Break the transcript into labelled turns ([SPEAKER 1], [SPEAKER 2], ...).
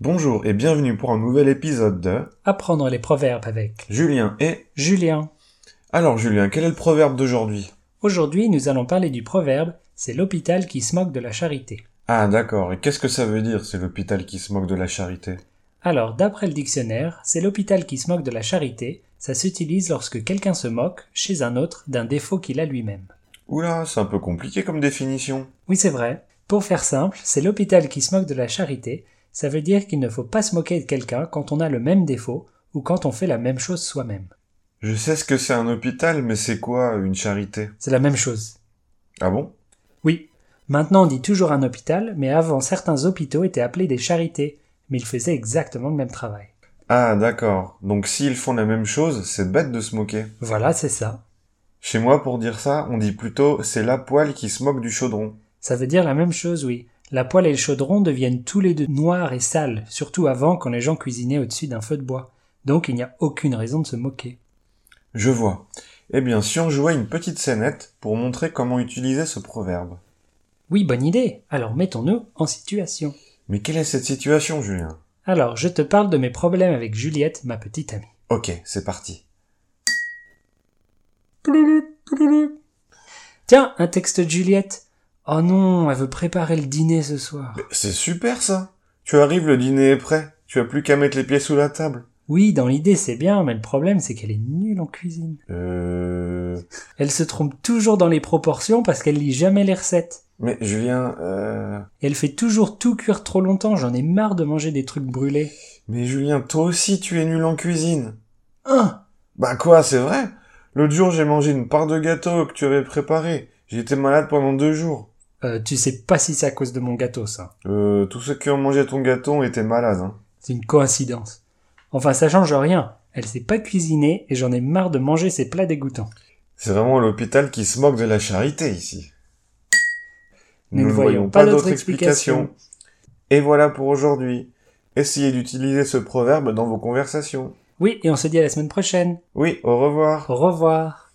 [SPEAKER 1] Bonjour et bienvenue pour un nouvel épisode de
[SPEAKER 2] Apprendre les proverbes avec
[SPEAKER 1] Julien et...
[SPEAKER 2] Julien.
[SPEAKER 1] Alors Julien, quel est le proverbe d'aujourd'hui
[SPEAKER 2] Aujourd'hui, nous allons parler du proverbe C'est l'hôpital qui se moque de la charité.
[SPEAKER 1] Ah d'accord, et qu'est-ce que ça veut dire c'est l'hôpital qui se moque de la charité
[SPEAKER 2] Alors, d'après le dictionnaire, c'est l'hôpital qui se moque de la charité, ça s'utilise lorsque quelqu'un se moque, chez un autre, d'un défaut qu'il a lui-même.
[SPEAKER 1] Oula, c'est un peu compliqué comme définition.
[SPEAKER 2] Oui, c'est vrai. Pour faire simple, c'est l'hôpital qui se moque de la charité, ça veut dire qu'il ne faut pas se moquer de quelqu'un quand on a le même défaut ou quand on fait la même chose soi-même.
[SPEAKER 1] Je sais ce que c'est un hôpital, mais c'est quoi une charité
[SPEAKER 2] C'est la même chose.
[SPEAKER 1] Ah bon
[SPEAKER 2] Oui. Maintenant on dit toujours un hôpital, mais avant certains hôpitaux étaient appelés des charités, mais ils faisaient exactement le même travail.
[SPEAKER 1] Ah d'accord, donc s'ils font la même chose, c'est bête de se moquer.
[SPEAKER 2] Voilà, c'est ça.
[SPEAKER 1] Chez moi, pour dire ça, on dit plutôt c'est la poêle qui se moque du chaudron.
[SPEAKER 2] Ça veut dire la même chose, oui. La poêle et le chaudron deviennent tous les deux noirs et sales, surtout avant quand les gens cuisinaient au-dessus d'un feu de bois. Donc il n'y a aucune raison de se moquer.
[SPEAKER 1] Je vois. Eh bien, si on jouait une petite scénette pour montrer comment utiliser ce proverbe.
[SPEAKER 2] Oui, bonne idée. Alors mettons-nous en situation.
[SPEAKER 1] Mais quelle est cette situation, Julien
[SPEAKER 2] Alors, je te parle de mes problèmes avec Juliette, ma petite amie.
[SPEAKER 1] Ok, c'est parti.
[SPEAKER 2] Plouloup, plouloup. Tiens, un texte de Juliette. Oh non, elle veut préparer le dîner ce soir.
[SPEAKER 1] C'est super ça Tu arrives, le dîner est prêt. Tu as plus qu'à mettre les pieds sous la table.
[SPEAKER 2] Oui, dans l'idée c'est bien, mais le problème c'est qu'elle est nulle en cuisine.
[SPEAKER 1] Euh...
[SPEAKER 2] Elle se trompe toujours dans les proportions parce qu'elle lit jamais les recettes.
[SPEAKER 1] Mais Julien, euh...
[SPEAKER 2] Et elle fait toujours tout cuire trop longtemps, j'en ai marre de manger des trucs brûlés.
[SPEAKER 1] Mais Julien, toi aussi tu es nul en cuisine.
[SPEAKER 2] Hein
[SPEAKER 1] Bah quoi, c'est vrai L'autre jour j'ai mangé une part de gâteau que tu avais préparé. J'étais malade pendant deux jours.
[SPEAKER 2] Euh, Tu sais pas si c'est à cause de mon gâteau ça.
[SPEAKER 1] Euh, tous ceux qui ont mangé ton gâteau étaient malades, hein.
[SPEAKER 2] C'est une coïncidence. Enfin ça change rien, elle sait pas cuisiner et j'en ai marre de manger ses plats dégoûtants.
[SPEAKER 1] C'est vraiment l'hôpital qui se moque de la charité ici.
[SPEAKER 2] Nous ne voyons pas d'autre explication.
[SPEAKER 1] Et voilà pour aujourd'hui. Essayez d'utiliser ce proverbe dans vos conversations.
[SPEAKER 2] Oui, et on se dit à la semaine prochaine.
[SPEAKER 1] Oui, au revoir.
[SPEAKER 2] Au revoir.